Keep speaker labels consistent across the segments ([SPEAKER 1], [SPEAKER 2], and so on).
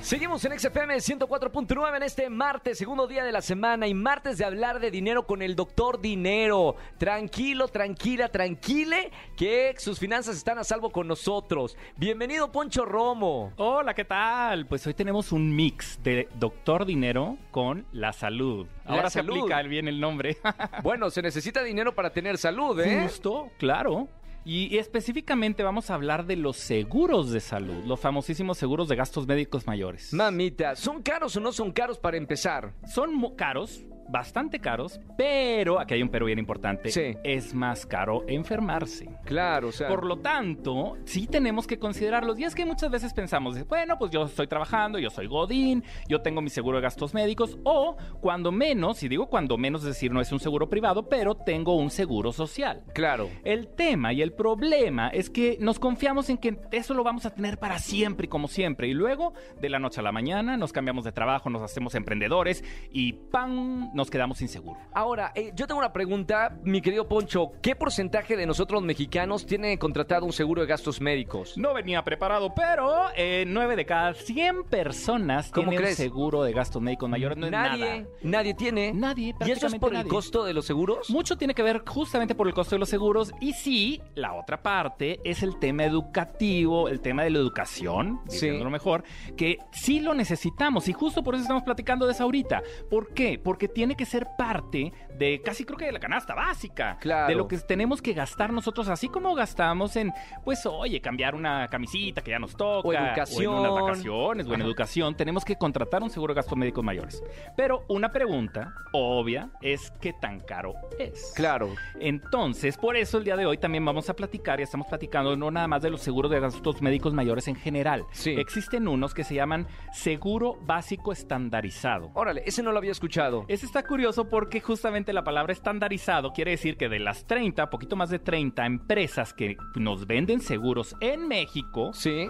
[SPEAKER 1] Seguimos en XFM 104.9 en este martes, segundo día de la semana y martes de hablar de dinero con el doctor Dinero. Tranquilo, tranquila, tranquile, que sus finanzas están a salvo con nosotros. Bienvenido Poncho Romo.
[SPEAKER 2] Hola, ¿qué tal? Pues hoy tenemos un mix de doctor dinero con la salud.
[SPEAKER 1] La
[SPEAKER 2] Ahora
[SPEAKER 1] salud.
[SPEAKER 2] se aplica bien el nombre.
[SPEAKER 1] Bueno, se necesita dinero para tener salud, ¿eh?
[SPEAKER 2] Justo, claro. Y, y específicamente vamos a hablar de los seguros de salud, los famosísimos seguros de gastos médicos mayores.
[SPEAKER 1] Mamita, ¿son caros o no son caros para empezar?
[SPEAKER 2] Son mu- caros, bastante caros, pero aquí hay un pero bien importante.
[SPEAKER 1] Sí.
[SPEAKER 2] Es más caro enfermarse.
[SPEAKER 1] Claro, o sea.
[SPEAKER 2] Por lo tanto, sí tenemos que considerarlos. Y es que muchas veces pensamos, bueno, pues yo estoy trabajando, yo soy Godín, yo tengo mi seguro de gastos médicos, o cuando menos, y digo cuando menos, es decir, no es un seguro privado, pero tengo un seguro social.
[SPEAKER 1] Claro.
[SPEAKER 2] El tema y el problema es que nos confiamos en que eso lo vamos a tener para siempre y como siempre. Y luego, de la noche a la mañana, nos cambiamos de trabajo, nos hacemos emprendedores y ¡pam! nos quedamos sin seguro.
[SPEAKER 1] Ahora, eh, yo tengo una pregunta, mi querido Poncho. ¿Qué porcentaje de nosotros los mexicanos tiene contratado un seguro de gastos médicos?
[SPEAKER 2] No venía preparado, pero eh, 9 de cada 100 personas
[SPEAKER 1] ¿Cómo
[SPEAKER 2] tienen
[SPEAKER 1] crees?
[SPEAKER 2] seguro de gastos médicos mayores. No es
[SPEAKER 1] nadie,
[SPEAKER 2] nada.
[SPEAKER 1] nadie tiene.
[SPEAKER 2] Nadie,
[SPEAKER 1] ¿Y eso es
[SPEAKER 2] prácticamente
[SPEAKER 1] por el
[SPEAKER 2] nadie.
[SPEAKER 1] costo de los seguros?
[SPEAKER 2] Mucho tiene que ver justamente por el costo de los seguros y sí, la otra parte es el tema educativo, el tema de la educación,
[SPEAKER 1] Sí.
[SPEAKER 2] diciéndolo mejor, que sí lo necesitamos y justo por eso estamos platicando de eso ahorita. ¿Por qué? Porque tiene que ser parte de casi creo que de la canasta básica,
[SPEAKER 1] Claro.
[SPEAKER 2] de lo que tenemos que gastar nosotros, así como gastamos en, pues oye, cambiar una camisita que ya nos toca,
[SPEAKER 1] O
[SPEAKER 2] en
[SPEAKER 1] educación.
[SPEAKER 2] unas vacaciones, o en
[SPEAKER 1] Ajá.
[SPEAKER 2] educación, tenemos que contratar un seguro de gastos médicos mayores. Pero una pregunta obvia es qué tan caro es.
[SPEAKER 1] Claro.
[SPEAKER 2] Entonces, por eso el día de hoy también vamos a platicar y estamos platicando no nada más de los seguros de gastos médicos mayores en general.
[SPEAKER 1] Sí.
[SPEAKER 2] Existen unos que se llaman seguro básico estandarizado.
[SPEAKER 1] Órale, ese no lo había escuchado.
[SPEAKER 2] Ese está curioso porque justamente la palabra estandarizado quiere decir que de las 30, poquito más de 30 empresas que nos venden seguros en México,
[SPEAKER 1] Sí.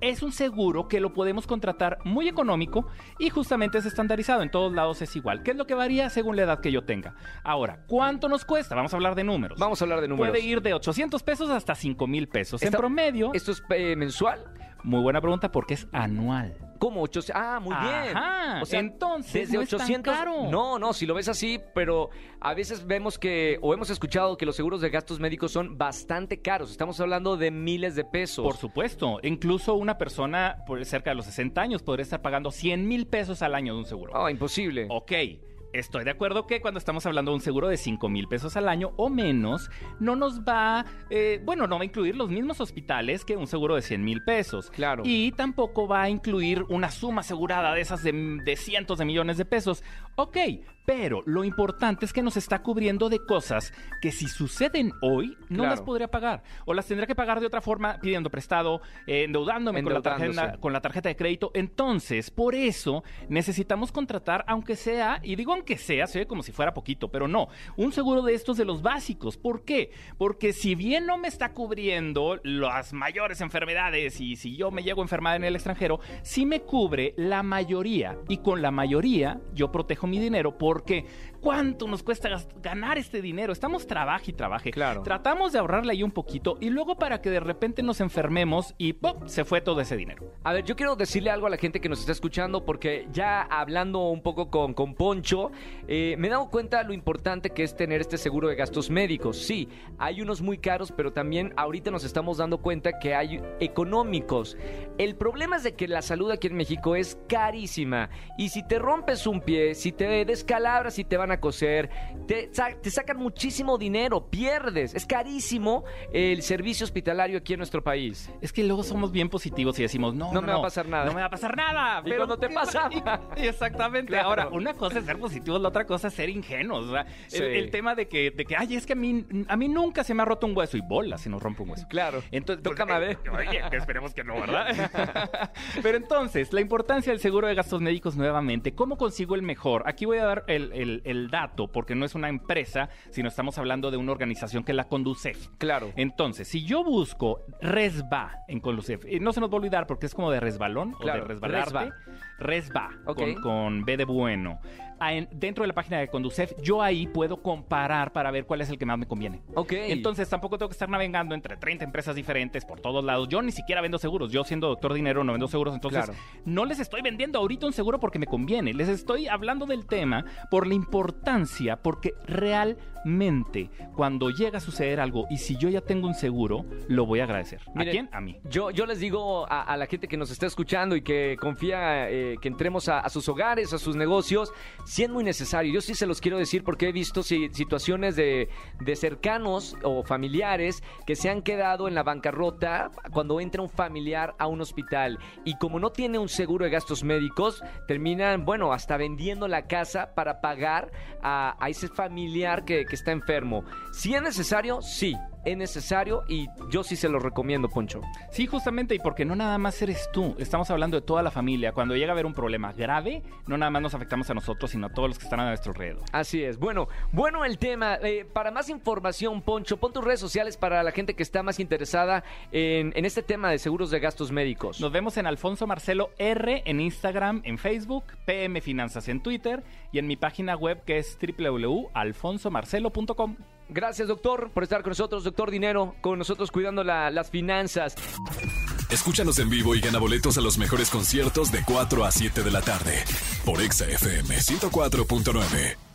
[SPEAKER 2] es un seguro que lo podemos contratar muy económico y justamente es estandarizado. En todos lados es igual. ¿Qué es lo que varía según la edad que yo tenga? Ahora, ¿cuánto nos cuesta? Vamos a hablar de números.
[SPEAKER 1] Vamos a hablar de números.
[SPEAKER 2] Puede ir de 800 pesos hasta 5 mil pesos.
[SPEAKER 1] Está-
[SPEAKER 2] en promedio,
[SPEAKER 1] ¿Esto es eh, mensual?
[SPEAKER 2] muy buena pregunta porque es anual.
[SPEAKER 1] ¿Cómo? Ocho- ah, muy bien.
[SPEAKER 2] Ajá,
[SPEAKER 1] O sea,
[SPEAKER 2] entonces
[SPEAKER 1] desde
[SPEAKER 2] no es tan
[SPEAKER 1] 800.
[SPEAKER 2] caro.
[SPEAKER 1] No, no, si lo ves así, pero a veces vemos que, o hemos escuchado que los seguros de gastos médicos son bastante caros. Estamos hablando de miles de pesos.
[SPEAKER 2] Por supuesto, incluso una persona por cerca de los 60 años podría estar pagando 100 mil pesos al año de un seguro.
[SPEAKER 1] Ah, imposible.
[SPEAKER 2] Ok, estoy de acuerdo que cuando estamos hablando de un seguro de 5 mil pesos al año o menos, no nos va, eh, bueno, no va a incluir los mismos hospitales que un seguro de 100 mil pesos.
[SPEAKER 1] Claro.
[SPEAKER 2] Y tampoco va a incluir una suma asegurada de esas de, de cientos de millones de pesos. Ok, pero lo importante es que nos está cubriendo de cosas que si suceden hoy, no
[SPEAKER 1] Claro.
[SPEAKER 2] las podría pagar. O las tendría que pagar de otra forma, pidiendo prestado, eh, endeudándome con la, tarjeta,
[SPEAKER 1] Endeudándose.
[SPEAKER 2] con la tarjeta de crédito. Entonces, por eso necesitamos contratar, aunque sea, y digo aunque sea, se ve como si fuera poquito, pero no, un seguro de estos de los básicos. ¿Por qué? Porque si bien no me está cubriendo las mayores enfermedades y si yo me llego a enfermar en el extranjero, sí me cubre la mayoría y con la mayoría yo protejo mi dinero porque ¿cuánto nos cuesta gast- ganar este dinero? Estamos trabaje y trabaje.
[SPEAKER 1] Claro.
[SPEAKER 2] Tratamos de ahorrarle ahí un poquito y luego para que de repente nos enfermemos y ¡pop! se fue todo ese dinero.
[SPEAKER 1] A ver, yo quiero decirle algo a la gente que nos está escuchando porque ya hablando un poco con, con Poncho, eh, me he dado cuenta lo importante que es tener este seguro de gastos médicos. Sí, hay unos muy caros, pero también ahorita nos estamos dando cuenta que hay económicos. El problema es de que la salud aquí en México es carísima y si te rompes un pie, si te descalabras, si te van a coser, te, sa- te sacan muchísimo dinero, pierdes. Es carísimo el servicio hospitalario aquí en nuestro país.
[SPEAKER 2] Es que luego somos bien positivos y decimos, no,
[SPEAKER 1] No me va a pasar nada.
[SPEAKER 2] No me va a pasar nada.
[SPEAKER 1] Y cuando te
[SPEAKER 2] ¿qué
[SPEAKER 1] pasa?
[SPEAKER 2] Y- y exactamente.
[SPEAKER 1] Claro.
[SPEAKER 2] Ahora, una cosa es ser positivos, la otra cosa es ser ingenuos. o sea, el-
[SPEAKER 1] Sí.
[SPEAKER 2] el, tema de que, de que, ay, es que a mí, a mí nunca se me ha roto un hueso y bola si nos rompe un hueso.
[SPEAKER 1] Claro.
[SPEAKER 2] Entonces,
[SPEAKER 1] Toca madera.
[SPEAKER 2] Oye, que esperemos que no, ¿verdad? Pero entonces, la importancia del seguro de gastos médicos nuevamente. ¿Cómo consigo el mejor? Aquí voy a dar el, el- el dato, porque no es una empresa, sino estamos hablando de una organización que la conduce.
[SPEAKER 1] Claro.
[SPEAKER 2] Entonces, si yo busco resba en Conducef, eh, no se nos va a olvidar porque es como de resbalón
[SPEAKER 1] Claro,
[SPEAKER 2] o de resbalarte. Resba,
[SPEAKER 1] resba.
[SPEAKER 2] resba
[SPEAKER 1] Ok.
[SPEAKER 2] con, con B de bueno. Ah, en- dentro de la página de Conducef, yo ahí puedo comparar para ver cuál es el que más me conviene.
[SPEAKER 1] Ok.
[SPEAKER 2] Entonces tampoco tengo que estar navegando entre 30 empresas diferentes por todos lados. Yo ni siquiera vendo seguros. Yo siendo doctor dinero no vendo seguros. Entonces
[SPEAKER 1] Claro.
[SPEAKER 2] no les estoy vendiendo ahorita un seguro porque me conviene. Les estoy hablando del tema por la importancia, porque realmente cuando llega a suceder algo y si yo ya tengo un seguro, lo voy a agradecer. ¿A
[SPEAKER 1] Miren,
[SPEAKER 2] quién? A mí.
[SPEAKER 1] Yo, yo les digo a, a la gente que nos está escuchando y que confía eh, que entremos a, a sus hogares, a sus negocios, si es muy necesario. Yo sí se los quiero decir porque he visto si- situaciones de, de cercanos o familiares que se han quedado en la bancarrota cuando entra un familiar a un hospital y como no tiene un seguro de gastos médicos, terminan, bueno, hasta vendiendo la casa para pagar a, a ese familiar que, que está enfermo. Si es necesario, sí. Es necesario y yo sí se los recomiendo, Poncho.
[SPEAKER 2] Sí, justamente, y porque no nada más eres tú, estamos hablando de toda la familia. Cuando llega a haber un problema grave, no nada más nos afectamos a nosotros, sino a todos los que están a nuestro alrededor.
[SPEAKER 1] Así es. Bueno, bueno el tema. Eh, para más información, Poncho, pon tus redes sociales para la gente que está más interesada en, en este tema de seguros de gastos médicos.
[SPEAKER 2] Nos vemos en Alfonso Marcelo R en Instagram, en Facebook, PM Finanzas en Twitter y en mi página web que es www.alfonsomarcelo.com.
[SPEAKER 1] Gracias, doctor, por estar con nosotros, doctor Dinero, con nosotros cuidando la- las finanzas.
[SPEAKER 3] Escúchanos en vivo y gana boletos a los mejores conciertos de 4 a 7 de la tarde por Exa FM 104.9.